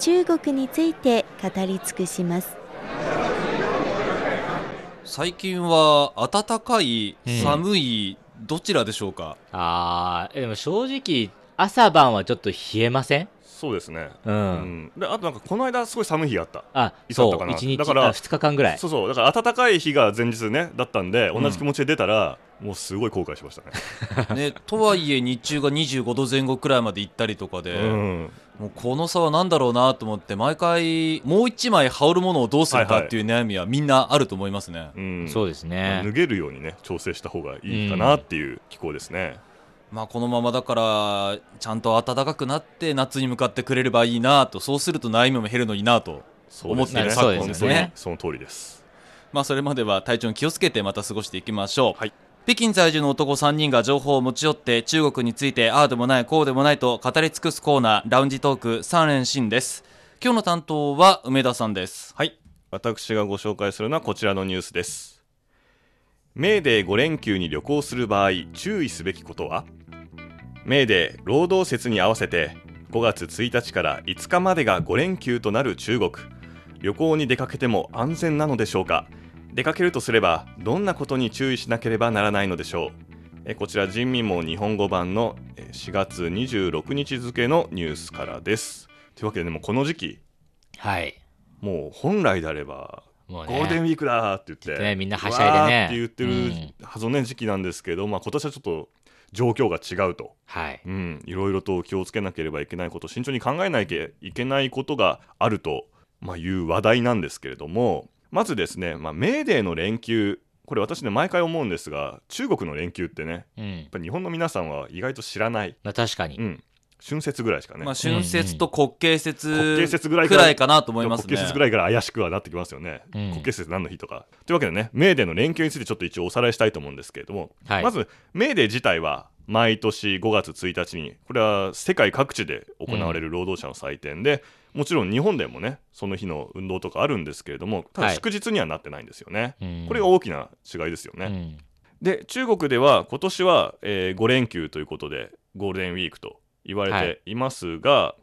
中国について語り尽くします。最近は暖かい、うん寒い、どちらでしょう かあーえでも正直朝晩はちょっと冷えませんそうですね、う、うんんであとなんかこの間すごい寒い日があったあいつだそっうたかな1日だからあ2日間ぐらいそうそうだから暖かい日が前日ねだったんでうん同じ気持ちで出たら、もうすごい後悔しましたね、ね、とはいえ日中が25度前後くらいまで行ったりとかで、うんもうこの差は何だろうなと思って毎回もう一枚羽織るものをどうするはいかはいっていう悩みはみんなあると思いますね、うんそうですまあ脱ねげるようにね調整した方がいいかなっていう気候ですね、まあこのままだからちゃんと暖かくなって夏に向かってくれればいいなとそうすると悩みも減るのになとそうですね思ってる昨そう今ですねその通りですまあそれまでは体調に気をつけてまた過ごしていきましょう、はい北京在住の男3人が情報を持ち寄って中国についてああでもないこうでもないと語り尽くすコーナーラウンジトーク3連新です今日の担当は梅田さんですはい私がご紹介するのはこちらのニュースですメーデー5連休に旅行する場合注意すべきことはメーデー労働節に合わせて5月1日から5日までが5連休となる中国旅行に出かけても安全なのでしょうか出かけるとすればどんなことに注意しなければならないのでしょうえこちら人民網日本語版のえ4月26日付のニュースからですというわけでねもうこの時期はいもう本来であればもうゴールデンウねィークだーって言って、ねみんなはしゃいでねうわーって言ってるはずね時期なんですけど、まあ今年はちょっと状況が違うと、はいうん、いろいろと気をつけなければいけないこと、慎重に考えなきゃいけないことがあると、まあ、いう話題なんですけれども、まずですね、まあ、メーデーの連休、これ私ね、毎回思うんですが、中国の連休ってね、やうんっぱり日本の皆さんは意外と知らない、まあ確かに、うん、春節ぐらいしかね、まあ春節と国慶節うんうん国慶節ぐらいくからいかなと思いますね国慶節ぐらいから怪しくはなってきますよね、うん国慶節何の日とか。というわけでね、メーデーの連休についてちょっと一応おさらいしたいと思うんですけれども、はいまず、メーデー自体は毎年5月1日に、これは世界各地で行われる労働者の祭典で、もちろん日本でもね、その日の運動とかあるんですけれども、ただはい祝日にはなってないんですよね。うんこれが大きな違いですよね。うんで中国では今年は、え5連休ということでゴールデンウィークと言われていますが、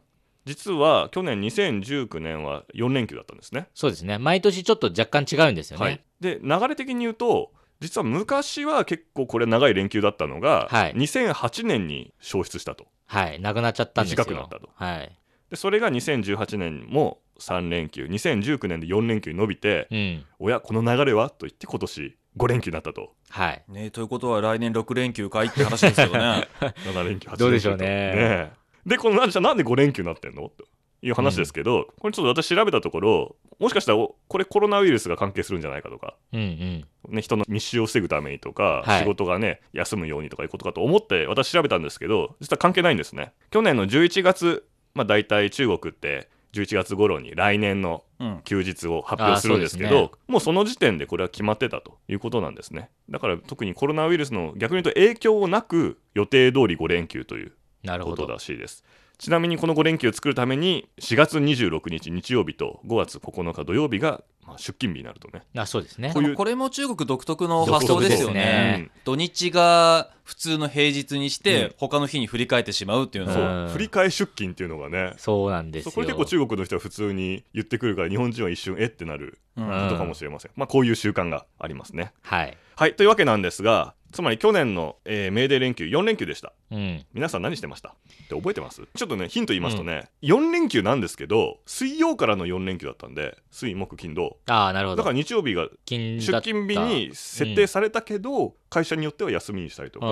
実は去年2019年は4連休だったんですね。そうですね毎年ちょっと若干違うんですよねはい、で流れ的に言うと実は昔は結構これ長い連休だったのが、はい2008年に消失したとはいなくなっちゃったんですよ短くなったとはいでそれが2018年も3連休2019年で4連休に伸びて、うんおやこの流れはと言って今年5連休になったとはいね、ということは来年6連休かいって話ですよね7連休8連休とどうでしょうねえでこのなんじゃなんで5連休になってんのという話ですけど、これちょっと私調べたところもしかしたらおこれコロナウイルスが関係するんじゃないかとか、うんうんね、人の密集を防ぐためにとか、はい仕事がね休むようにとかいうことかと思って私調べたんですけど実は関係ないんですね去年の11月まあ大体中国って11月頃に来年のうん休日を発表するんですけあーそうどもうその時点でこれは決まってたということなんですねだから特にコロナウイルスの逆に言うと影響なく予定通り5連休というなるほことどらしいですちなみにこの5連休を作るために4月26日日曜日と5月9日土曜日がまあ出勤日になるとねあそうですねこういうこれも中国独特の独発特想ですでよすねね土日が普通の平日にして、うん他の日に振り返ってしまうっていうのそは、う振り替え出勤っていうのがねそうなんですそようこれ結構中国の人は普通に言ってくるから日本人は一瞬えってなるうんうんことかもしれません、まあこういう習慣がありますねはいはいというわけなんですがつまり去年の、えー、メーデー連休4連休でしたうん皆さん何してましたって覚えてますちょっとねヒント言いますとね、4連休なんですけど水曜からの4連休だったんで水木金土ああなるほだどから日曜日が出出勤日に設定されたけど、会社によっては休みにしたりとか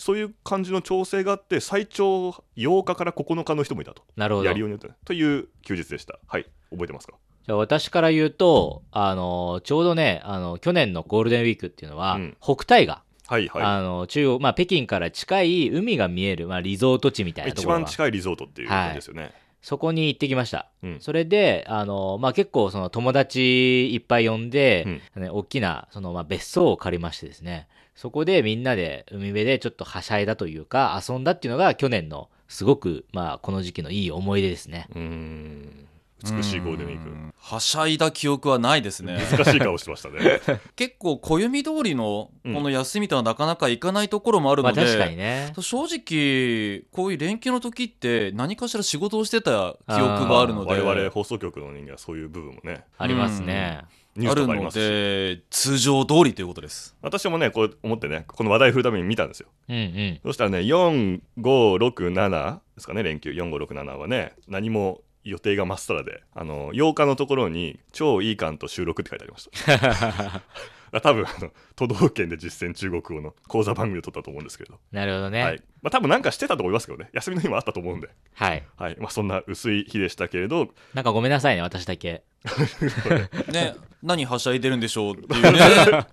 そういう感じの調整があって最長8日から9日の人もいたとなるほどやりようによってねという休日でしたはい覚えてますかじゃあ私から言うと、あの、ちょうどね、あの、去年のゴールデンウィークっていうのは、うん北戴河、はいはあの、中国、まあ、北京から近い海が見える、まあ、リゾート地みたいいなと一ころ番が近いリゾートっていう感じですよね、そこに行ってきました。うんそれで、あの、まあ、結構その友達いっぱい呼んで、ね大きな、その、まあ、別荘を借りましてですね、そこでみんなで海辺でちょっとはしゃいだというか、遊んだっていうのが去年のすごく、まあ、この時期のいい思い出ですね。うーん美しいゴールデンウィーククはしゃいだ記憶はないですね難しい顔してました ね 結構暦通りのこの休みとはなかなか行かないところもあるまのあ、で、確かにね。正直こういう連休の時って何かしら仕事をしてた記憶があるので我々放送局の人間はそういう部分もねありますね。ニュあースとるかありまのすしで通常通りということ です私もねこう思ってねこの話題振るために見たんですようんうん。そしたらね4567ですかね連休4567はね何も予定がまっさらであの8日のところに「超いい感と収録」って書いてありました あ多分あの都道府県で実践中国語の講座番組で撮ったと思うんですけれど、なるほどね。はいまあ、多分なんかしてたと思いますけどね休みの日もあったと思うんで、はい。はいまあ、そんな薄い日でしたけれどなんかごめんなさいね、私だけ。ね何はしゃいでるんでしょうって いうね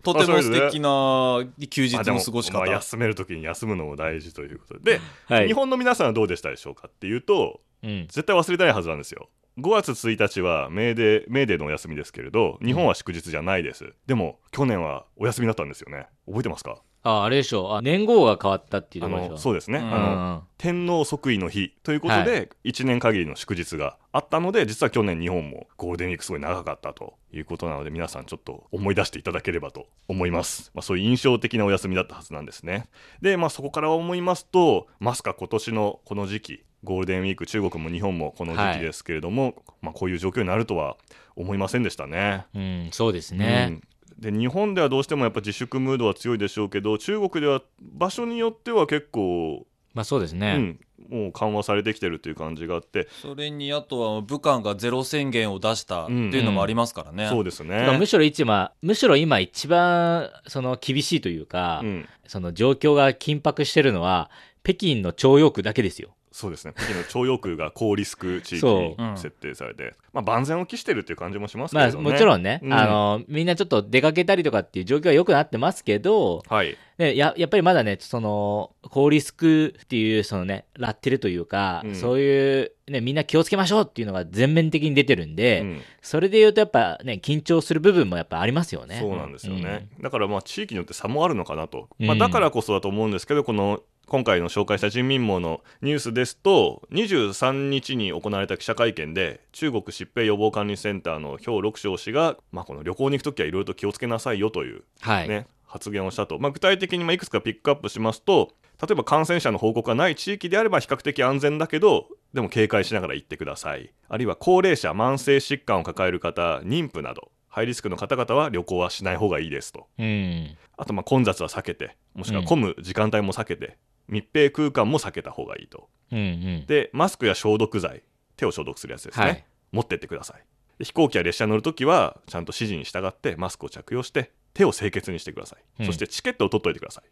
とても素敵な休日まあでもの過ごし方、まあ休める時に休むのも大事ということで、は日本の皆さんはどうでしたでしょうかっていうとうん。絶対忘れたいはずなんですよ5月1日はメーデーメーデーのお休みですけれど日本は祝日じゃないです、でも去年はお休みだったんですよね覚えてますかあ、あれでしょ。あ年号が変わったっていうあところでしのょ。そうですね、うんあのの、天皇即位の日ということはで、一1年限りの祝日があったので実は去年日本もゴールデンウィークすごい長かったということなので皆さんちょっと思い出していただければと思います、まあ、そういう印象的なお休みだったはずなんですねで、まあ、そこから思いますとまさか今年のこの時期ゴールデンウィーク中国も日本もこの時期ですけれども、まあ、こういう状況になるとは思いませんでしたねうん、そうですね。うんで日本ではどうしてもやっぱ自粛ムードは強いでしょうけど中国では場所によっては結構まあそうですね。うん、もう緩和されてきてるという感じがあって、それにあとは武漢がゼロ宣言を出したっていうのもありますからね、そうですね。だからむしろ今、むしろ今一番その厳しいというか、うん、その状況が緊迫してるのは、北京の徴用区だけですよ。そうですね。北京の徴用区が高リスク地域そにううん設定されて、まあ万全を期してるっていう感じもしますけまれあどね。もちろんね、うんあの、みんなちょっと出かけたりとかっていう状況は良くなってますけど、はい。ね、ややっぱりまだね、その、高リスクっていう、そのね、ラッテルというか、うんそういう、ね、みんな気をつけましょうっていうのが全面的に出てるんで、うんそれで言うとやっぱね、緊張する部分もやっぱありますよね。そうなんですよね。だからまあ地域によって差もあるのかなと、うんまあだからこそだと思うんですけど、この今回の紹介した人民網のニュースですと、23日に行われた記者会見で、中国疾病予防管理センターの氷六章氏が、まあこの旅行に行くときはいろいろと気をつけなさいよというはい。ね、発言をしたと、まあ、具体的にまあいくつかピックアップしますと例えば感染者の報告がない地域であれば比較的安全だけどでも警戒しながら行ってくださいあるいは高齢者慢性疾患を抱える方妊婦などハイリスクの方々は旅行はしない方がいいですとうん。あとまあ混雑は避けてもしくはうん混む時間帯も避けて、密閉空間も避けた方がいいとうんうん。でマスクや消毒剤手を消毒するやつですね、はい。持ってってくださいで飛行機や列車に乗るときはちゃんと指示に従ってマスクを着用して手を清潔にしてください、うんそしてチケットを取っておいてください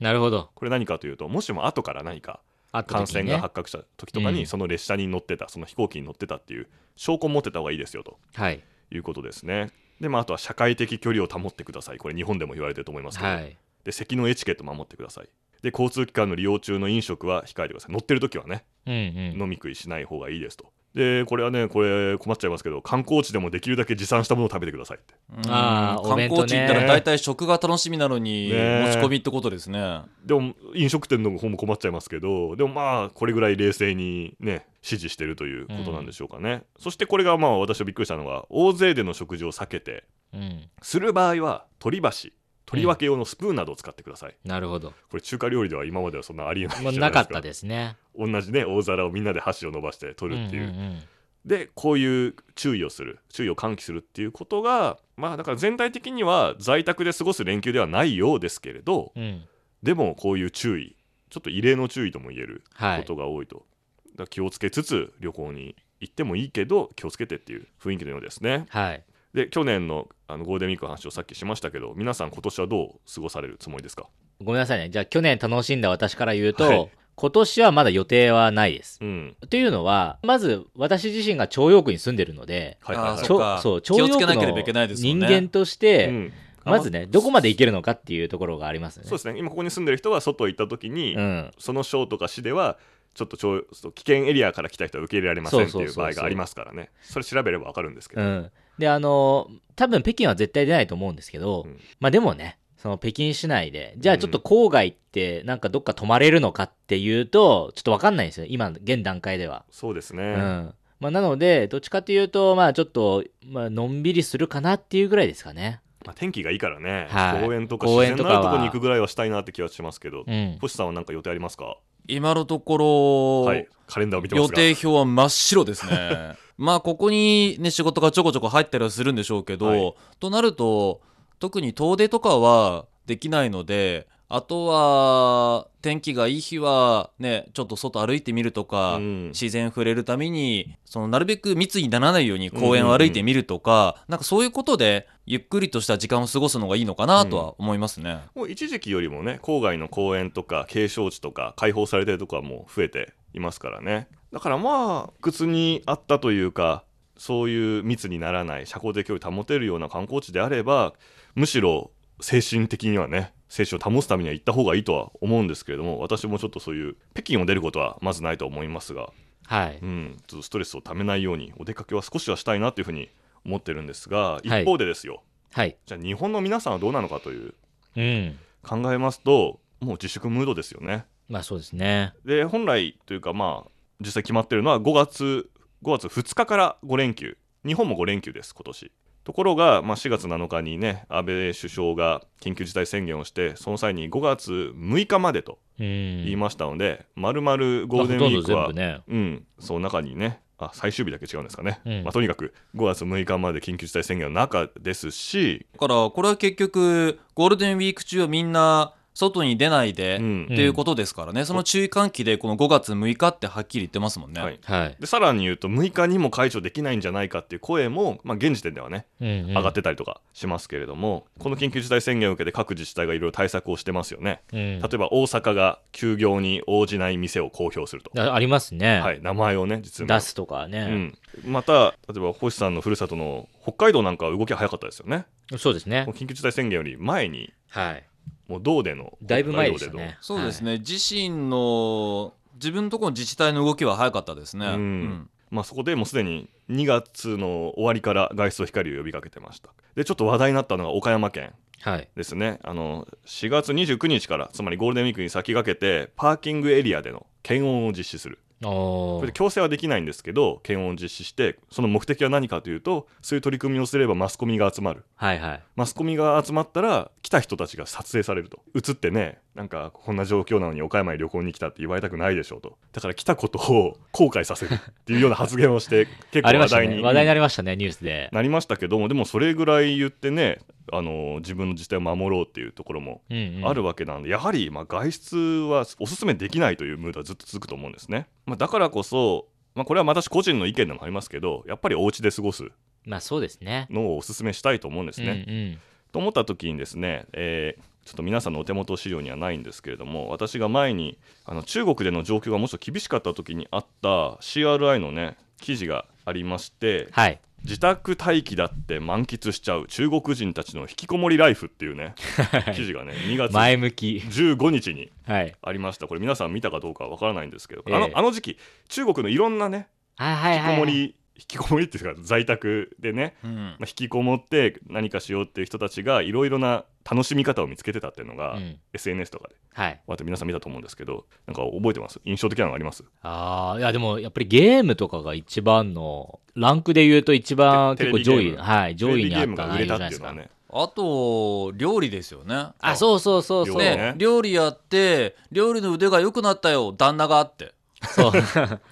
なるほど。これ何かというともしも後から何かあった感時に染ねが発覚した時とかうんにその列車に乗ってたその飛行機に乗ってたっていう証拠を持ってた方がいいですよとはい。いうことですねでまああとは社会的距離を保ってくださいこれ日本でも言われてると思いますけど、はい。で咳のエチケット守ってくださいで交通機関の利用中の飲食は控えてください乗ってる時はねうんうん。飲み食いしない方がいいですとでこれはねこれ困っちゃいますけど観光地でもできるだけ持参したものを食べてくださいってうんあーお観弁当ね光地行ったら大体食が楽しみなのに持ねち込みってことですねでも飲食店の方も困っちゃいますけどでもまあこれぐらい冷静にね指示してるということなんでしょうかね、そしてこれがまあ私はびっくりしたのは大勢での食事を避けてうん。する場合は取り箸取り分け用のスプーンなどを使ってください、なるほど。これ中華料理では今まではそんなありえないじもゃうないですかなかったですね。同じね大皿をみんなで箸を伸ばして取るっていんう、んんでこういう注意をする注意を喚起するっていうことがまあだから全体的には在宅で過ごす連休ではないようですけれどうん。でもこういう注意ちょっと異例の注意とも言えるはこい。とが多いと、だから気をつけつつ旅行に行ってもいいけど気をつけてっていう雰囲気のようですねはい。で去年のあのゴールデンウィークの話をさっきしましたけど皆さん今年はどう過ごされるつもりですかごめんなさいね。じゃあ去年楽しんだ私から言うと、はい今年はまだ予定はないです。うんというのは、まず私自身が徴用区に住んでるので、はいあーはいちょそうかそう、気徴を用つ区けなければいけなのいですよ人ね間としうて、んまずね、どこまで行けるのかっていうところがありますね。そうですね今ここに住んでる人は外行った時に、うん。その省とか市ではちょっとちょうそう危険エリアから来た人は受け入れられませんってそういそううそうそう場合がありますからねそれ調べればわかるんですけうど、ん。で、あの、多分北京は絶対出ないと思うんですけど、うんまあでもね、その北京市内で、じゃあちょっと郊外ってなんかどっか泊まれるのかっていうと、ちょっとわかんないんですよ。今、現段階では。そうですうね、ん。まあなので、どっちかというと、まあちょっと、まあのんびりするかなっていうぐらいですかね。まあ、天気がいいからね、はい公園とか公自園然とのかはあるとこに行くぐらいはしたいなって気はしますけど、うん。星さんは何か予定ありますか今のところ、はいカレンダーを見てま予すが定表は真っ白です ね。まあ、ここにね、仕事がちょこちょこ入ったりはするんでしょうけど、はいとなると、特に遠出とかはできないので、あとは、天気がいい日は、ね、ちょっと外歩いてみるとか、うん自然触れるために、その、なるべく密にならないように公園を歩いてみるとか、なんかそういうことで、ゆっくりとした時間を過ごすのがいいのかなとは思いますね。もう一時期よりもね郊外の公園とか景勝地とか開放されてるとこはもう増えていますからねだからまあ靴にあったというかそういう密にならない社交的距離を保てるような観光地であればむしろ精神的にはね精神を保つためには行った方がいいとは思うんですけれども私もちょっとそういう北京を出ることはまずないと思いますが、はい。うん、ちょっとストレスをためないようにお出かけは少しはしたいなというふうに思ってるんですはがい一方でですよ、はい。じゃあ日本の皆さんはどうなのかといううん。考えますともう自粛ムードですよねまあそうですね。で本来というかまあ実際決まってるのは5月5月2日から5連休日本も5連休です今年ところが、まあ、4月7日にね安倍首相が緊急事態宣言をしてその際に5月6日までとうん。言いましたので、丸々ゴールデンウィークまあは、ほとんど全部ね。うんその中にねあ最終日だけ違うんですかね、うんまあ、とにかく5月6日まで緊急事態宣言の中ですし、だから、これは結局、ゴールデンウィーク中はみんな、外に出ないで、うんっていうことですからね、その注意喚起でこの5月6日ってはっきり言ってますもんね、はい、はい。でさらに言うと6日にも解除できないんじゃないかっていう声も、まあ、現時点ではね上上がってたりとかしますけれども、この緊急事態宣言を受けて各自治体がいろいろ対策をしてますよね、例例えば大阪が休業に応じない店を公表すると、あありますね。はい、名前をね実名を出すとかうね、ん、また例えば星さんのふるさとの北海道なんかは動き早かったですよねそうですねもう。緊急事態宣言より前にはい。もう道でのだいぶ前でしたね。そうですね、ね。自身の自分のところの自治体の動きは早かったですね、うんうんまあ、そこでもうすでに2月の終わりから外出を光を呼びかけてましたでちょっと話題になったのが岡山県はい。ですねあの4月29日からつまりゴールデンウィークに先駆けてパーキングエリアでの検温を実施するおこれーで強制はできないんですけど検温を実施してその目的は何かというとそういう取り組みをすればマスコミが集まるはいはい。マスコミが集まったら来た人たちが撮影されると映ってねなんかこんな状況なのに岡山に旅行に来たって言われたくないでしょうとだから来たことを 後悔させるっていうような発言をして 結あ構りま話した題ね。に話題になりましたね、ニュースで。なりましたけどもでもそれぐらい言ってねあの自分の自治体を守ろうっていうところもうんうんあるわけなんで、やはりまあ外出はおすすめできないというムードはずっと続くと思うんですね。まあ、だからこそ、まあ、これは私個人の意見でもありますけどやっぱりお家で過ごすまあそうですね。のをおすすめしたいと思うんですね。うんうんと思った時にですね、えーちょっと皆さんのお手元資料にはないんですけれども私が前にあの中国での状況がもうちょっと厳しかった時にあった CRI のね記事がありましてはい。自宅待機だって満喫しちゃう中国人たちの引きこもりライフっていうね 記事がね2月前向き。 15日にはい。ありましたこれ皆さん見たかどうかはわからないんですけど、ええあのあの時期中国のいろんなねはいはい引きはい。こもり、引きこもりっていうか在宅でね、うんまあ、引きこもって何かしようっていう人たちがいろいろな楽しみ方を見つけてたっていうのが、うん SNS とかではい。あと皆さん見たと思うんですけどなんか覚えてます印象的なのありますああ、いやでもやっぱりゲームとかが一番の、ランクで言うと一番テ結テ構レビ上位、ゲームはい、上位にあった内テレビゲームが容売じれゃたなっいでていうすのはか。ねあと料理ですよねあ、そうそうそうそう。そうねね料理やって料理の腕が良くなったよ旦那がってそう。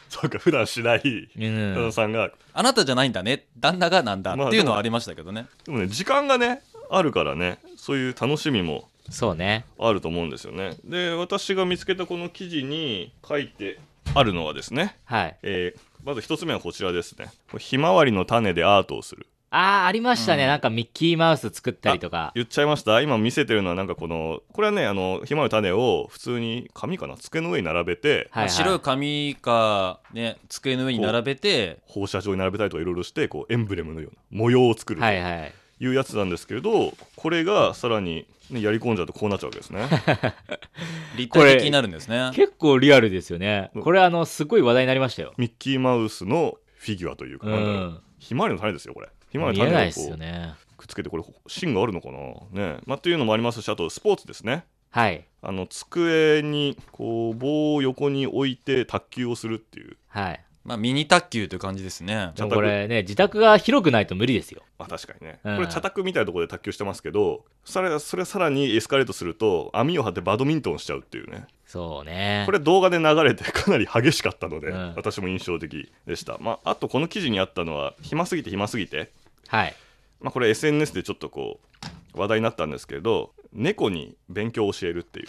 そうか普段しないうん旦那さんが、あなたじゃないんだね旦那がなんだまあっていうでのもはありましたけどね、でもね時間がねあるからねそういう楽しみもそうね。あると思うんですよねで私が見つけたこの記事に書いてあるのはですね、はい。えーまず一つ目はこちらですねこれひまわりの種でアートをするああ、ありましたね、うんなんかミッキーマウス作ったりとか。言っちゃいました今見せてるのはなんかこのこれはねあのひまわりの種を普通に紙かな机の上に並べてはいはい白い紙か、ね、机の上に並べて放射状に並べたりとかいろいろしてこうエンブレムのような模様を作る、はいはい。いうやつなんですけれどこれがさらに、ね、やり込んじゃうとこうなっちゃうわけで すね立体的になるんですね。結構リアルですよねうんこれあのすごい話題になりましたよミッキーマウスのフィギュアというか、うなんだろうんひまわりの種ですよこれひまわり見のえ種をないこですようねくっつけてこれ芯があるのかなねまあというのもありますしあとスポーツですねはいあの机にこう棒を横に置いて卓球をするっていうはいまあ、ミニ卓球という感じですね。でもこれね自宅が広くないと無理ですよまあ確かにね、うんこれ茶卓みたいなところで卓球してますけどそれそれさらにエスカレートすると網を張ってバドミントンしちゃうっていうねそうねこれ動画で流れて かなり激しかったので、うん私も印象的でした、まあ、あとこの記事にあったのは暇すぎて暇すぎて、はいまあ、これ SNS でちょっとこう話題になったんですけれど猫に勉強を教え るっていう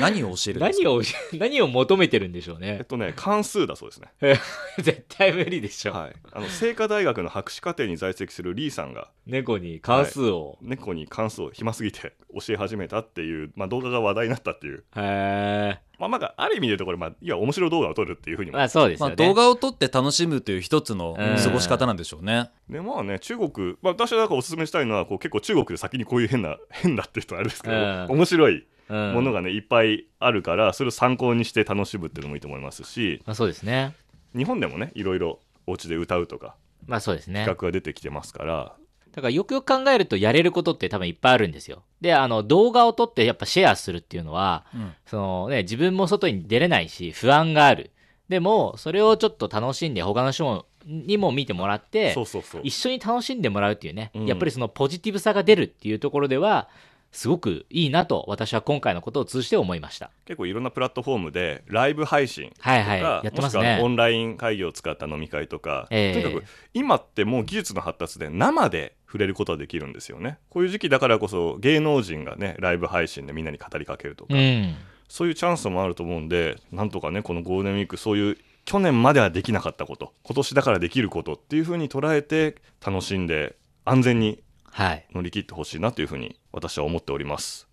何を教えるんですか何を何を求めてるんでしょうえ っねとね関数だそうですね、絶対無理でしょ、はい、あの清華大学の博士課程に在籍するリーさんが猫に関数を、猫に関数を暇すぎて教え始めたっていう、まあ、動画が話題になったっていうへまあ、なんかある意味で言うとこれ、まあ、いや面白い動画を撮るっていうふうにえも、まあそうですまよあ、ね、動画を撮って楽しむという一つのうん過ごし方なんでしょうね。でまあね中国、まあ、私はなんかおすすめしたいのはこう結構中国で先にこういう変な 変だっていう人はあれですけど、うん面白いうんものがねいっぱいあるからそれを参考にして楽しむっていうのもいいと思いますしまあそうですね日本でもねいろいろお家で歌うとかまあそうですね企画が出てきてますから、だからよくよく考えるとやれることって多分いっぱいあるんですよ。で、あの動画を撮ってやっぱシェアするっていうのは、うんそのね、自分も外に出れないし不安がある。でも、それをちょっと楽しんで他の人にも見てもらってそう、そうそう一緒に楽しんでもらうっていうね、うんやっぱりそのポジティブさが出るっていうところでは、すごくいいなと私は今回のことを通じて思いました。結構いろんなプラットフォームでライブ配信はいとはい。かやってもましすくはオね。ンライン会議を使った飲み会とか、ええとにかく今ってもう技術の発達で生で触れることはできるんですよねこういう時期だからこそ芸能人がねライブ配信でみんなに語りかけるとか、うん。そういうチャンスもあると思うんでなんとかねこのゴールデンウィークそういう去年まではできなかったこと今年だからできることっていうふうに捉えて楽しんで安全にはい。乗り切ってほしいなというふうに私は思っております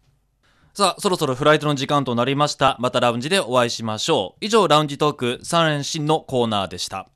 さあ、そろそろフライトの時間となりました。またラウンジでお会いしましょう。以上、ラウンジトーク3連新のコーナーでした。